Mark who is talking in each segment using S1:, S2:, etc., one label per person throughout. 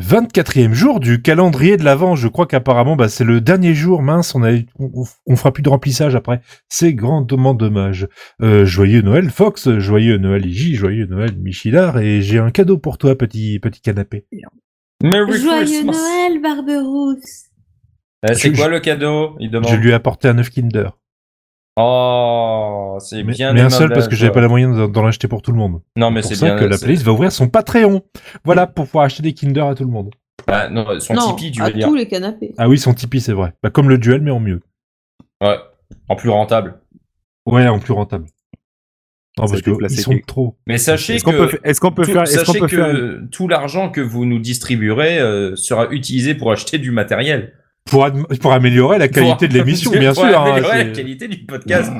S1: 24e jour du calendrier de l'Avent. Je crois qu'apparemment, bah, c'est le dernier jour. Mince, on, a, on, on fera plus de remplissage après. C'est grandement dommage. Euh, joyeux Noël, Fox. Joyeux Noël, Iji. Joyeux Noël, Michidar. Et j'ai un cadeau pour toi, petit, petit canapé.
S2: Merry
S3: Joyeux
S2: Christmas.
S3: Noël, Barberousse
S2: Euh, c'est
S1: Je-
S2: quoi le cadeau Il demande.
S1: Je lui ai apporté un œuf Kinder.
S2: Oh, c'est
S1: Mais,
S2: bien.
S1: mais un
S2: aimable
S1: seul parce
S2: de
S1: que
S2: la
S1: j'avais pas
S2: part.
S1: la moyenne d'en- d'en acheter pour tout le monde.
S2: Non, mais
S1: C'est
S2: c'est
S1: pour ça
S2: bien.
S1: que la
S2: c'est-
S1: police va ouvrir son Patreon. Voilà, pour pouvoir acheter des Kinder à tout le monde.
S2: Ah, non, son
S4: non,
S2: Tipeee, tu
S4: à
S2: veux dire.
S4: tous les canapés.
S1: Ah oui, son Tipeee, c'est vrai. Bah, comme le duel, mais en mieux.
S2: Ouais, en plus rentable.
S1: Ouais, en plus rentable. Non, parce
S5: Ça a été
S1: qu'ils
S5: placé
S1: sont
S5: quelque-
S1: trop.
S2: Mais sachez
S5: Est-ce qu'on
S2: que-
S5: peut, est-ce qu'on peut
S2: tout-
S5: faire, est-ce qu'on
S2: sachez
S5: peut
S2: que
S5: faire,
S2: tout l'argent que vous nous distribuerez euh, sera utilisé pour acheter du matériel.
S1: Pour, am- pour améliorer la qualité de l'émission,
S2: Pour-
S1: bien
S2: pour
S1: sûr. hein,
S2: améliorer la
S1: c'est-
S2: qualité du podcast.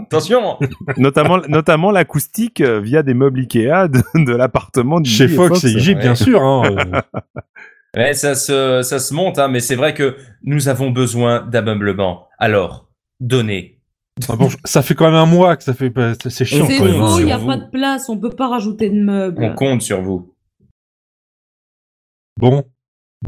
S2: Attention
S5: notamment, notamment l'acoustique euh, via des meubles Ikea de, de l'appartement du
S1: Chez Fox et Iggy,
S2: ouais.
S1: bien sûr. hein, euh.
S2: Ouais, ça se, ça se monte, hein, mais c'est vrai que nous avons besoin d'ameublement. Alors, donnez.
S1: Ah bon, je- ça fait quand même un mois que ça fait. pas- C'est c'est chiant
S4: C'est
S1: quand même.
S4: faux,
S1: hein.
S4: il n'y a
S2: vous.
S4: pas de place, on peut pas rajouter de
S2: On
S4: meubles.
S2: compte sur vous.
S1: Bon,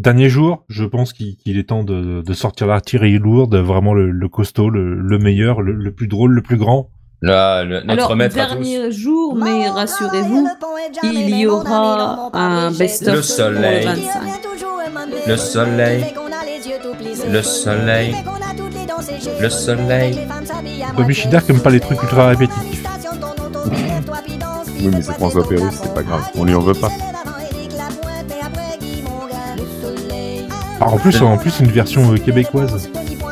S1: dernier jour, je pense qu'il qu'il est temps de, de sortir l'artillerie lourde, vraiment le, le costaud, le, le meilleur, le, le plus drôle, le plus grand.
S2: Là, le- notre
S4: Alors,
S2: maître à tous.
S4: dernier jour, mais rassurez-vous,
S6: il y aura un best-of
S2: Le soleil.
S6: pour le 25.
S2: Le soleil. Le soleil. Le soleil.
S1: Bah, Michidar qui aime pas les trucs ultra répétitifs.
S6: Oui,
S5: mais c'est François Pérus, c'est pas grave. On lui en veut pas.
S1: Alors, Ah, en plus, en plus, une version euh, québécoise.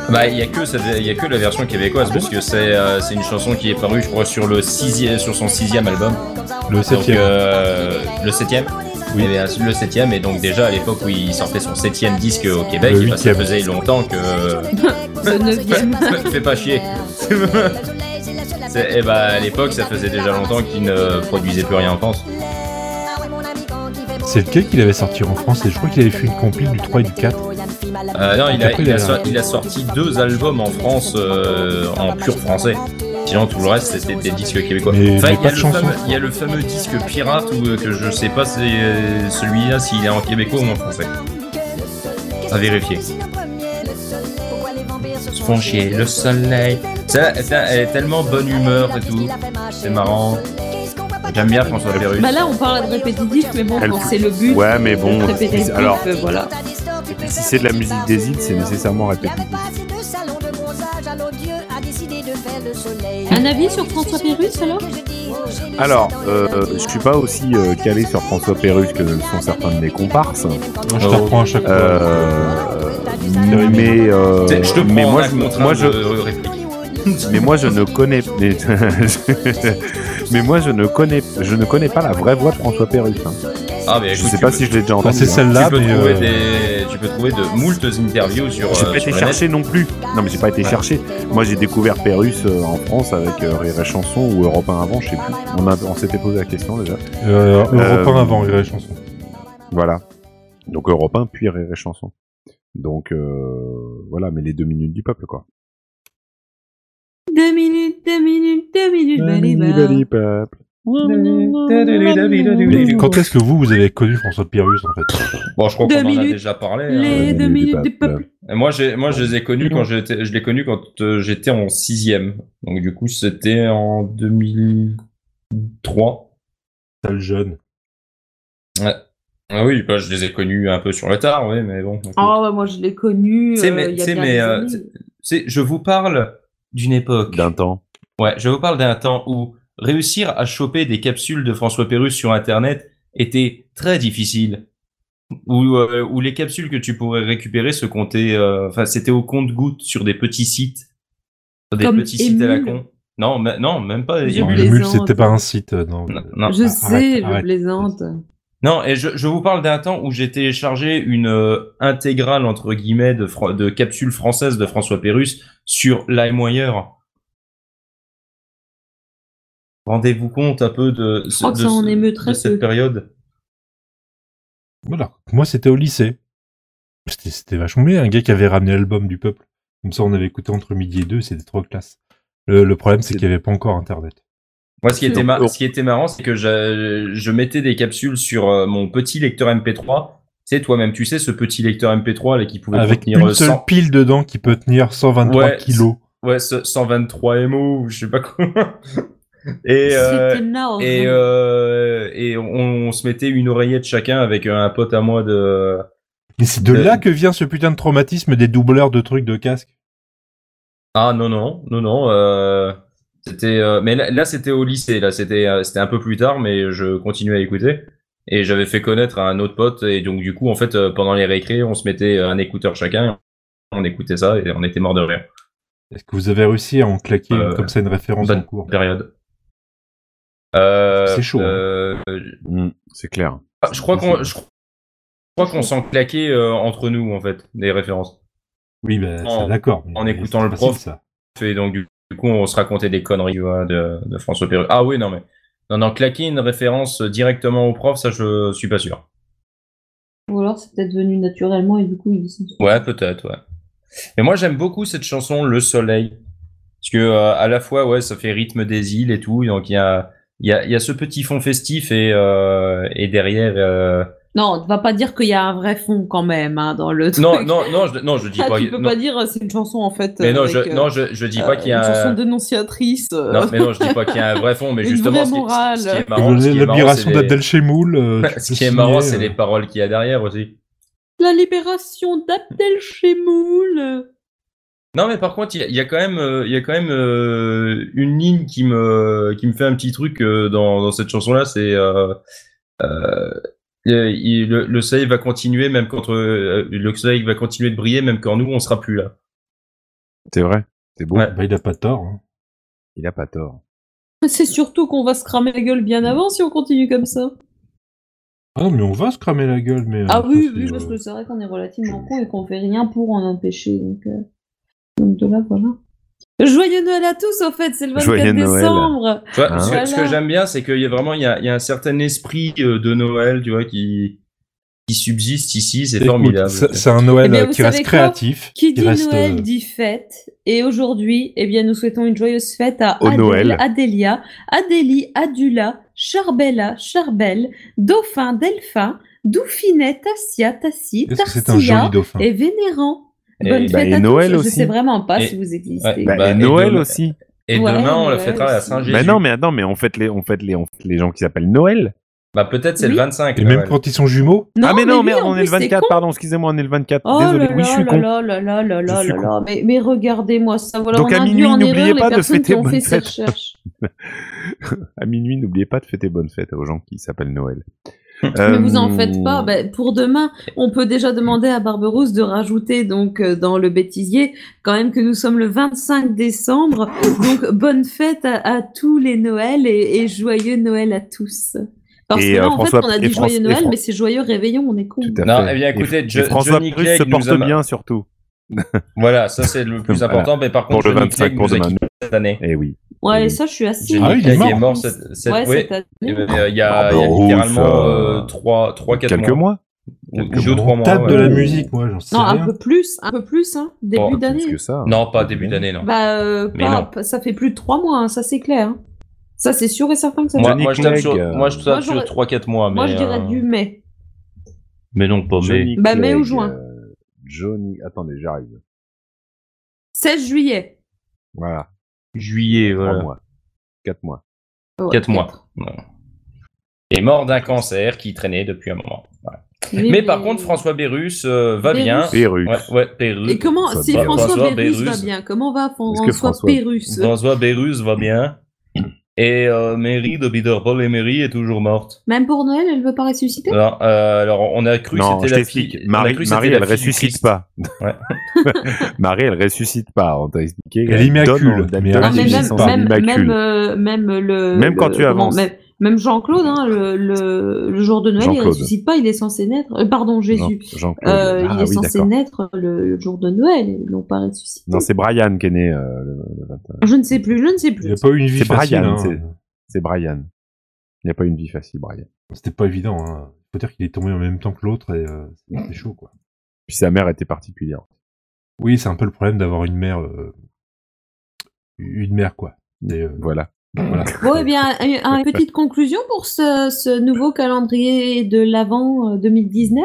S2: Bah, il y a que ça- il y a que la version québécoise parce que c'est euh, c'est une chanson qui est parue, je crois, sur le sixième, sur son sixième album.
S1: Le
S2: Donc,
S1: septième.
S2: euh, le septième. Oui, mais, euh, le septième. Et donc déjà à l'époque où il sortait son septième disque au Québec,
S1: Le
S2: eh ben, ça
S1: huitième.
S2: faisait longtemps que.
S4: le neuvième.
S2: Fais- Fais pas chier. Et bah à l'époque, ça faisait déjà longtemps qu'il ne produisait plus rien en France.
S1: C'est lequel qu'il avait sorti en France Et je crois qu'il avait fait une compile du 3 et du 4.
S2: Euh, non, il a,
S1: Après,
S2: il,
S1: il
S2: a
S1: a-
S2: so- il a sorti deux albums en France euh, en pur français. Sinon, tout le reste, c'était des disques québécois.
S1: Mais-
S2: Enfin,
S1: mais
S2: il y, a
S1: pas de
S2: le
S1: chansons.
S2: fameux, il y a le fameux disque pirate où, euh, que je sais pas c'est euh, celui-là s'il est en québécois ou en français. À vérifier. Ils font chier le soleil. Ça, elle, est- elle est tellement bonne humeur et tout. C'est marrant. J'aime bien François Pérus.
S4: Bah là, on parle de répétitif, mais bon,
S5: Elle-
S4: quand c'est le but.
S5: Ouais, mais bon,
S4: c'est répétitif,
S5: alors-
S4: euh, voilà.
S5: Et puis, si c'est de la musique des îles, c'est nécessairement répétitif.
S4: Un avis sur François Pérus alors
S5: Alors, euh, je suis pas aussi euh, calé sur François Pérus que le sont certains de mes comparses.
S1: Je te
S2: Oh.
S1: reprends à chaque fois.
S5: Euh, mais, euh,
S2: C'est- Je te prends
S5: mais moi,
S2: là,
S5: je,
S2: contre
S5: moi,
S2: un
S5: je,
S2: de réplique.
S5: mais moi, je ne connais, mais, mais moi, je ne connais, je ne connais pas la vraie voix de François Pérus. hein.
S2: Ah, mais
S5: Je
S2: écoute,
S5: sais
S2: tu
S5: pas
S2: peux-
S5: si je l'ai déjà
S1: Bah,
S5: entendu.
S1: c'est
S5: hein.
S1: celle-là,
S2: tu peux,
S1: mais.
S2: trouver
S1: euh,
S2: des- tu peux trouver de moultes interviews sur.
S5: J'ai
S2: euh, sur
S5: pas été
S2: le net.
S5: chercher non plus. Non, mais j'ai pas été
S2: Ouais.
S5: chercher. Moi, j'ai découvert Pérus euh, en France avec euh, Rire et Chanson ou Europe 1 avant, je sais plus. On, a- on s'était posé la question déjà.
S1: euh, Europe 1
S5: euh,
S1: avant, il y avait la chanson.
S5: Voilà. Donc Europe 1, puis Rire et Chanson. Donc euh, voilà, mais les deux minutes du peuple, quoi.
S4: Deux minutes, deux minutes, deux minutes, Balibar.
S5: Bali, peuple.
S1: Mais quand est-ce que vous, vous avez connu François Pyrrhus, en fait
S2: Bon, je crois
S4: Deux
S2: qu'on en a
S4: minutes.
S2: déjà parlé. hein.
S4: Les deux minutes du peuple.
S2: Et Moi, j'ai, moi, je les ai connus quand j'étais, je l'ai connu quand euh, j'étais en sixième. Donc, du coup, c'était en 2003.
S1: Sale jeune.
S2: Ah oui, bah, je les ai connus un peu sur le tard, oui, mais bon.
S4: Ah ouais, moi je l'ai connu.
S2: C'est
S4: euh,
S2: mais-
S4: il y a
S2: c'est
S4: bien
S2: mais,
S4: des
S2: euh,
S4: années.
S2: c'est- C'est, je vous parle d'une époque.
S5: D'un temps.
S2: Ouais, je vous parle d'un temps où réussir à choper des capsules de François Pérus sur Internet était très difficile. Où, euh, où les capsules que tu pourrais récupérer se comptaient, euh, enfin, c'était au compte-goutte sur des petits sites. Sur des
S4: Comme
S2: petits sites à la
S4: Emule.
S2: con. Non, mais- non, même pas.
S4: Je
S1: Non,
S2: Emule.
S4: voulais-
S1: le mule,
S4: plaisante.
S1: c'était pas un site. euh, Non.
S2: Non, non.
S4: Je
S1: Ah,
S4: sais,
S1: arrête, arrête.
S4: je plaisante.
S2: Non, et je, je vous parle d'un temps où j'ai téléchargé une euh, intégrale, entre guillemets, de, Fran- de capsules françaises de François Pérus sur LimeWire. Rendez-vous compte un peu de, ce-
S4: crois que
S2: de
S4: ça en
S2: ce-
S4: émeut
S2: de
S4: très
S2: cette
S4: peu.
S2: période.
S1: Voilà. Moi, c'était au lycée. C'était, c'était vachement bien. Un gars qui avait ramené l'album du peuple. Comme ça, on avait écouté entre midi et deux. C'était trop classe. Le, le problème, c'est
S5: C'est-
S1: qu'il n'y avait pas encore Internet.
S2: Moi, ce qui, était mar-
S5: Donc,
S2: ce qui était marrant, c'est que je, je mettais des capsules sur euh, mon petit lecteur MP3 C'est toi-même, tu sais, ce petit lecteur MP3 là, qui pouvait
S1: Avec
S2: contenir
S1: une
S2: euh,
S1: seule
S2: 100,
S1: pile dedans qui peut tenir 123
S2: Ouais,
S1: kilos.
S2: ouais, ce- 123 MO, ou je sais pas quoi. et, euh,
S4: C'est énorme.
S2: et, euh, et on, on se mettait une oreillette chacun avec euh, un pote à moi de.
S1: Mais c'est de
S2: Euh,
S1: là que vient ce putain de traumatisme des doubleurs de trucs de casque.
S2: Ah non non non non. euh, c'était euh, mais là, là, c'était au lycée là c'était euh, c'était un peu plus tard mais je continuais à écouter et j'avais fait connaître à un autre pote et donc du coup en fait euh, pendant les récré on se mettait un écouteur chacun et on écoutait ça et on était mort de rire.
S1: Est-ce que vous avez réussi à en claquer
S2: Euh,
S1: comme ça une référence
S2: bonne
S1: en cours
S2: période. Euh,
S1: C'est chaud, hein.
S2: euh,
S5: Hmm, c'est clair.
S2: ah, je crois qu'on je crois qu'on s'en claquait euh, entre nous en fait des références.
S1: Oui, ben,
S2: En-
S1: ça, d'accord. mais-
S2: en
S1: mais
S2: écoutant
S1: c'est
S2: le
S1: facile,
S2: prof.
S1: ça.
S2: Et donc, du, du coup, on se racontait des conneries tu vois, de, de François Perru. Ah oui, non, mais. Non, non, claquer une référence directement au prof, ça, je suis pas sûr.
S4: Ou alors c'est peut-être venu naturellement et du coup ils sont.
S2: Ouais, peut-être, ouais. Mais moi, j'aime beaucoup cette chanson, Le Soleil. Parce que, euh, à la fois, ouais, ça fait rythme des îles et tout. Donc, il y a, il y, a, il y a ce petit fond festif et, euh, et derrière. euh,
S4: Non, on va pas dire qu'il y a un vrai fond quand même hein, dans le truc.
S2: Non, non, non, je, non, je dis
S4: Ah,
S2: pas.
S4: tu peux
S2: non,
S4: pas dire euh, c'est une chanson en fait.
S2: mais non,
S4: avec,
S2: je,
S4: euh,
S2: non, je, je dis pas
S4: euh,
S2: qu'il y a.
S4: Une chanson
S2: un-
S4: dénonciatrice. euh,
S2: Non, mais non, je dis pas qu'il y a un vrai fond, mais
S4: Une
S2: justement,
S4: vraie
S2: ce qui, ce qui
S4: morale.
S2: est marrant, ce qui est marrant,
S1: L'admiration
S2: c'est les-
S1: d'Abdel Chemoul. euh, tu
S2: Ce
S1: peux
S2: qui est marrant,
S1: signer,
S2: c'est les
S1: euh,
S2: paroles qu'il y a derrière aussi.
S4: La libération d'Abdelchemoul.
S2: Non, mais par contre, il y, a- il y a quand même, euh, il y a quand même euh, une ligne qui me, qui me fait un petit truc euh, dans, dans cette chanson-là. C'est euh, euh, il- le, le soleil va continuer même quand euh, le soleil va continuer de briller même quand nous on sera plus là.
S5: C'est vrai. C'est beau.
S2: Ouais.
S1: Bah, il a pas tort. hein.
S5: Il a pas tort.
S4: C'est surtout qu'on va se cramer la gueule
S2: Mm.
S4: bien avant si on continue comme ça.
S1: Ah, mais on va se cramer la gueule.
S2: Mm,
S1: Mais,
S4: Ah
S1: euh,
S4: oui,
S1: ça,
S4: oui,
S1: c'est,
S4: parce
S1: euh,
S4: que c'est vrai qu'on est relativement con et qu'on fait rien pour en empêcher. Donc, euh, donc de là, voilà. Joyeux Noël à tous, en fait, c'est le 24
S5: Joyeux Noël.
S4: décembre.
S2: Tu vois,
S5: Hein
S2: ce, que- ce que
S4: Voilà.
S2: j'aime bien, c'est qu'il y a vraiment il y a, il y a un certain esprit euh, de Noël, tu vois, qui, qui subsiste ici. C'est
S1: écoute,
S2: formidable.
S1: C'est c'est un Noël
S4: Eh bien,
S1: euh,
S4: vous
S1: qui reste
S4: savez quoi
S1: créatif.
S4: Qui dit
S1: reste,
S4: Noël
S1: euh,
S4: dit fête. Et aujourd'hui, eh bien, nous souhaitons une joyeuse fête à
S5: Au
S4: Adèle,
S5: Noël.
S4: Adélia, Adélie, Adula, Charbella, Charbel, Dauphin, Delphin, Dauphinet, Tassia, Tassie,
S1: Est-ce que c'est un
S4: Tarsia
S1: joli dauphin
S4: et Vénérant.
S2: Et-
S4: Bonne
S5: bah,
S4: fête
S5: et
S4: à
S5: Noël
S4: tous.
S5: aussi.
S4: Je sais vraiment pas
S2: Et-
S4: si vous existez.
S2: ouais,
S5: Bah,
S2: Bah,
S5: et
S2: et
S5: Noël
S2: demain-
S5: aussi.
S2: Et
S4: Ouais,
S2: demain, on la
S4: Noël
S2: fêtera à
S4: aussi.
S2: Saint-Jésus.
S5: Mais non, mais attends, mais on fête les, on fête les, on fête les gens qui s'appellent Noël.
S2: Bah, peut-être c'est le
S4: Oui.
S2: 25.
S1: Et
S2: Noël.
S1: même quand ils sont jumeaux
S5: ah mais non,
S4: lui,
S5: merde,
S4: en
S5: on est le
S4: plus, c'est
S5: 24,
S4: con.
S5: pardon, excusez-moi, on est le 24.
S4: Oh
S5: Désolé,
S4: là
S5: oui, je
S4: là
S5: suis
S4: là
S5: con.
S4: là là là là
S5: Je
S4: là
S5: suis
S4: là là. Mais, mais regardez-moi ça. Voilà,
S5: Donc,
S4: on
S5: à
S4: a induit
S5: minuit,
S4: en
S5: n'oubliez
S4: erreur les
S5: pas de
S4: personnes
S5: fêter
S4: qui ont
S5: bonne
S4: fait cette
S5: fête.
S4: recherche.
S5: À minuit, n'oubliez pas de fêter bonne fête aux gens qui s'appellent Noël.
S4: Mais
S5: Euh,
S4: vous en faites pas. Ben, pour demain, on peut déjà demander à Barberousse de rajouter donc euh, dans le bêtisier quand même que nous sommes le 25 décembre. Donc bonne fête à, à tous les Noëls et, et joyeux Noël à tous. Parce
S5: Et,
S4: que
S5: euh,
S4: là, en
S5: François-
S4: fait, on a
S5: et
S4: dit
S5: Fran-
S4: joyeux
S5: et
S4: Noël,
S5: Fran-
S4: mais c'est joyeux réveillon, on est con.
S5: Tout à
S2: Non,
S5: fait.
S2: eh bien, écoutez,
S5: et,
S2: Jo-
S5: et François
S2: Johnny
S5: Prus
S2: Clegg
S5: se
S2: nous
S5: porte
S2: a-
S5: bien surtout
S2: Voilà, ça c'est le plus
S5: Voilà.
S2: important. Mais par
S5: pour
S2: contre,
S5: le
S2: Johnny
S5: 25
S2: Clegg
S5: pour
S2: nous a
S5: demain.
S2: quittés cette année.
S5: Eh oui.
S4: Ouais,
S5: Oui.
S4: ça, je suis assez.
S2: Johnny
S1: Ah oui, il est
S2: Clegg
S1: mort.
S2: est mort cette, cette-
S4: Ouais,
S2: oui.
S4: cette année.
S2: Eh ben,
S5: Ah
S2: euh, Il y a, il y a
S5: Barberousse, euh,
S2: littéralement 3, 4
S5: Quelques
S2: mois.
S5: mois.
S2: Ou- ou
S5: quelques
S2: deux ou trois mois, euh,
S1: Tâte de
S2: ouais.
S1: la musique, moi, j'en sais
S4: Non, un
S1: rien.
S4: peu plus, un peu plus, hein, début
S2: Oh, plus
S4: d'année.
S5: Plus que ça.
S2: Non, pas début d'année, non.
S4: Bah, euh,
S2: Mais
S4: pas-
S2: non.
S4: pas- ça fait plus de trois mois, hein, ça c'est clair. hein. Ça c'est sûr et certain que ça.
S2: Moi,
S5: Johnny
S2: moi, je tape
S5: Clegg,
S2: sur,
S5: euh,
S2: moi, je tape
S4: Moi,
S2: sur
S4: j'aurais-
S2: 3-4 mois. Mais,
S4: Moi je dirais
S2: euh,
S4: du mai.
S2: Mais non, pas mais.
S5: Johnny
S4: Bah, mai
S5: Clegg,
S4: ou juin.
S5: euh, Johnny, attendez, j'arrive.
S4: 16 juillet.
S5: Voilà,
S2: Juillet,
S5: trois
S2: voilà.
S5: mois, quatre mois.
S4: Ouais,
S2: 4 mois. Ouais. Il est mort d'un cancer qui traînait depuis un moment. Voilà.
S4: Oui,
S2: Mais par contre, François Bérus euh, va
S4: Bérus.
S2: bien.
S5: Perru.
S2: Ouais, ouais, Bérus.
S4: Et comment,
S5: François
S4: si
S5: Bérus.
S4: François,
S2: François
S4: Bérus va
S2: Bérus.
S4: bien, comment va
S5: Est-ce que
S4: François
S5: François-
S4: Bérus
S2: François Bérus va bien. Et euh, Mary de Biderball et Mary est toujours morte.
S4: Même pour Noël, elle veut pas ressusciter
S2: Alors, euh, alors on a cru
S5: Non,
S2: que
S5: je
S2: c'était la fille. on
S5: t'explique.
S2: a
S5: Marie,
S2: cru que
S5: Marie,
S2: c'était
S5: elle
S2: la fille du
S5: ressuscite
S2: Christ.
S5: pas.
S2: Ouais.
S5: Marie, elle ressuscite pas. On t'a expliqué.
S1: Elle immacule,
S5: donne-
S1: mais elle
S5: donne
S4: Ah, mais
S5: une
S1: ressuscite
S4: même,
S5: puissance
S1: pas.
S4: même,
S5: d'immacule.
S4: même, euh, même le.
S5: Même
S4: le-
S5: quand tu
S4: comment-
S5: avances.
S4: Même, même Jean-Claude, hein, le, le, le jour de Noël, il
S5: Jean-Claude.
S4: ressuscite pas, il est censé naître. euh, pardon,
S5: Jean-
S4: Jésus.
S5: Jean-Claude.
S4: Euh,
S5: Ah
S4: il est
S5: oui,
S4: censé
S5: d'accord.
S4: naître le, le jour de Noël, ils l'ont pas ressuscité.
S5: Non, c'est Brian qui est né. euh, le- le 21.
S4: Je ne sais plus, je ne sais
S1: Il n'y
S4: plus.
S1: a pas eu une vie
S5: C'est
S1: facile.
S5: Brian,
S1: hein.
S5: c'est- C'est Brian. Il n'y a pas une vie facile, Brian.
S1: C'était pas évident. Hein. Faut dire qu'il est tombé en même temps que l'autre et euh, c'est chaud, quoi.
S5: Puis sa mère était particulière.
S1: Oui, c'est un peu le problème d'avoir une mère, euh, une mère quoi. Et, euh,
S5: Voilà.
S1: voilà.
S4: Bon, eh bien, un- un- une petite conclusion pour ce, ce nouveau calendrier de l'Avent euh, 2019.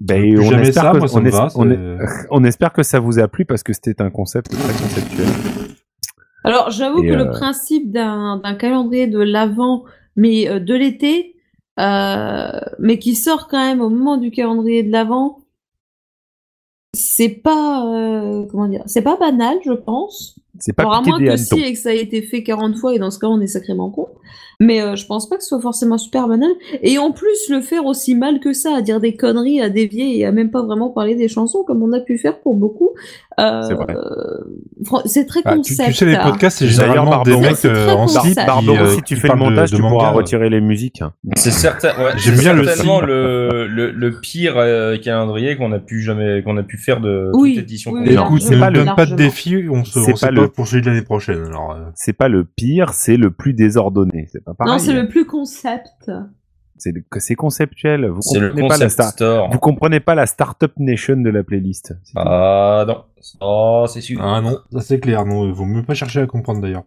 S5: Ben, on,
S1: jamais
S5: espère
S1: ça,
S5: que,
S1: moi ça
S5: on
S1: me
S5: es-
S1: va.
S5: on
S1: c'est-
S5: est- on espère que ça vous a plu parce que c'était un concept très conceptuel.
S4: Alors, j'avoue
S5: Et,
S4: que le
S5: euh,
S4: principe d'un d'un calendrier de l'avant, mais euh, de l'été, euh, mais qui sort quand même au moment du calendrier de l'avant, c'est pas euh, comment dire, c'est pas banal, je pense.
S5: C'est
S4: Alors,
S5: pas
S4: à moins
S5: piqué des
S4: que
S5: hannetons.
S4: si et que ça a été fait 40 fois, et dans ce cas, on est sacrément con. Mais euh, je pense pas que ce soit forcément super banal. Et en plus, le faire aussi mal que ça, à dire des conneries, à dévier et à même pas vraiment parler des chansons, comme on a pu faire pour beaucoup, euh,
S5: C'est vrai.
S4: fran- c'est très
S1: Ah, tu,
S4: concept.
S1: tu sais, les
S4: hein.
S1: podcasts, c'est
S5: D'ailleurs,
S1: généralement des
S5: Barbero,
S1: mecs
S4: c'est
S1: euh,
S4: très
S1: en
S4: concept.
S1: slip.
S4: Barbe-
S1: qui,
S5: Barbaro,
S1: euh,
S5: si tu
S1: qui
S5: fais le
S1: parlent de-
S5: montage,
S1: de
S5: tu pourras
S1: manga.
S5: retirer les musiques. hein.
S2: C'est certain, ouais,
S1: J'aime
S2: c'est
S1: bien le
S2: certainement
S1: signe.
S2: le, le, le pire euh, calendrier qu'on a pu jamais qu'on a pu faire de
S4: Oui,
S2: toute édition.
S4: oui,
S2: qu'on
S4: oui,
S2: a.
S4: largement.
S1: Écoute,
S5: c'est
S1: ne
S5: pas
S1: me
S5: le-
S1: donne pas de
S4: largement.
S1: défi, on se
S5: C'est
S1: on sait pas,
S5: pas le-
S1: pour celui de l'année prochaine. Alors, euh,
S5: C'est pas le pire, c'est le plus désordonné. C'est pas pareil. hein.
S4: Non, c'est
S1: hein.
S4: le plus concept.
S5: C'est le- c'est conceptuel. Vous
S2: C'est le
S5: comprenez pas la
S2: concept
S5: star.
S2: store.
S5: Vous comprenez pas la startup nation de la playlist. C'est tout.
S2: Ah non, oh, c'est sûr.
S1: Ah non, ça c'est clair, non, euh, vaut mieux pas chercher à comprendre d'ailleurs.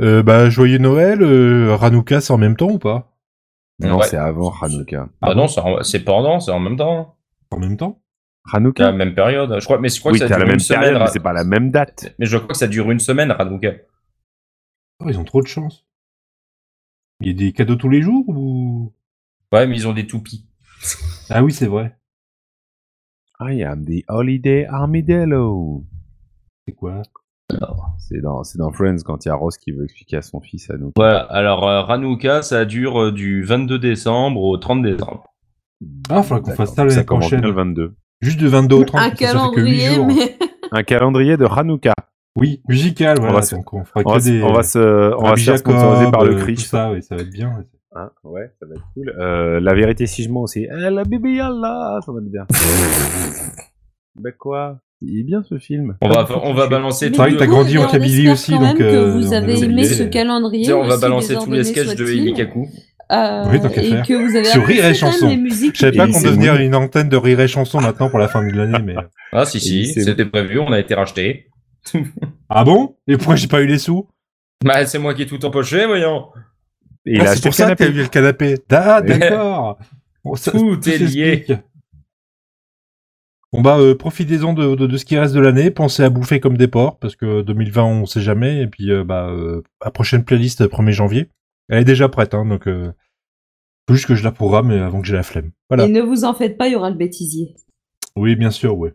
S1: Euh, bah, joyeux Noël, euh, Hanouka, c'est en même temps ou pas
S5: non,
S2: ouais.
S5: c'est avant Hanouka.
S2: Ah non, c'est en- c'est pendant, c'est en même temps,
S1: En même temps
S2: c'est la
S5: Hanouka.
S2: même période. Je crois, mais je crois
S5: Oui,
S2: que
S5: c'est
S2: ça
S5: à la
S2: dure
S5: même
S2: une semaine.
S5: période, mais
S2: Ra-
S5: c'est pas la même date.
S2: mais je crois que ça dure une semaine, Radouka.
S1: Oh, Ils ont trop de chance. Il y a des cadeaux tous les jours ou
S2: Ouais, mais ils ont des toupies.
S1: Ah oui, c'est vrai.
S5: I am the holiday armadillo.
S1: C'est quoi
S5: C'est dans, c'est dans Friends quand il y a Ross qui veut expliquer à son fils à nous.
S2: Ouais, alors euh, Hanouka, ça dure euh, du 22 décembre au 30 décembre.
S1: Ah, faudra qu'on
S5: D'accord.
S1: fasse ça l'année
S5: Ça commence
S1: prochaine.
S5: bien le 22.
S1: Juste de 22 au 30,
S4: un
S1: parce que ça fait que 8
S4: calendrier,
S1: jours.
S4: mais
S5: Un calendrier de Hanouka.
S1: Oui, musical, voilà.
S5: On va se-
S1: donc on fera
S5: On
S1: que
S5: va, se-
S1: des...
S5: on va se, on va
S1: Rabbi
S5: se faire
S1: Jacob,
S5: sponsoriser par le
S1: euh,
S5: Christ.
S1: Tout ça, ouais, ça va être bien. ouais.
S5: Hein, ouais, ça va être cool. Euh, la vérité, si je mens aussi. Eh, la bébé Allah, ça va être bien. bah quoi Il est bien ce film.
S2: On
S5: Comme
S2: va,
S5: faut
S2: on
S5: que
S2: va
S5: je-
S2: balancer
S4: Mais
S2: tous
S1: vrai
S4: du
S1: que t'as
S2: les-
S4: coup,
S1: grandi
S4: et
S1: en
S4: on
S1: Kabylie
S4: espère
S1: aussi,
S4: quand
S1: donc,
S4: même
S1: euh,
S4: que vous
S1: on
S4: avez
S1: les a
S4: aimé
S1: oubliés.
S4: ce calendrier.
S2: on va
S4: aussi
S2: balancer tous les
S4: désordonné
S2: sketchs de
S4: soit-il,
S2: Eli Kaku.
S4: euh,
S1: Oui, tant qu'à
S4: et
S1: faire.
S4: que vous avez
S1: Sur Rire et
S4: apprécié quand même
S1: Chanson.
S4: les musiques.
S1: Je savais pas
S5: Et
S1: qu'on
S5: c'est
S1: devenait
S5: mou.
S1: une antenne de rire et chanson maintenant pour la fin de l'année, mais.
S2: Ah si, si,
S5: c'est-
S2: c'était prévu, on a été racheté.
S1: Ah bon Et pourquoi j'ai pas eu les sous
S2: Bah, c'est moi qui ai tout empoché, voyons.
S5: Et il
S1: Ah,
S5: a
S1: c'est
S5: acheté
S1: pour ça
S5: le
S1: que t'as
S5: canapé.
S1: eu le canapé. Ah,
S5: Oui.
S1: d'accord. Bon, ça-
S2: Tout est lié.
S1: s'explique. Bon bah euh, profitez-en de, de- de ce qui reste de l'année, pensez à bouffer comme des porcs parce que 2020 on sait jamais et puis euh, bah euh, la prochaine playlist euh, 1er janvier, elle est déjà prête hein, donc euh, faut juste que je la programme euh, avant que j'ai la flemme. Voilà.
S4: Et ne vous en faites pas, il y aura le bêtisier.
S1: Oui bien sûr ouais.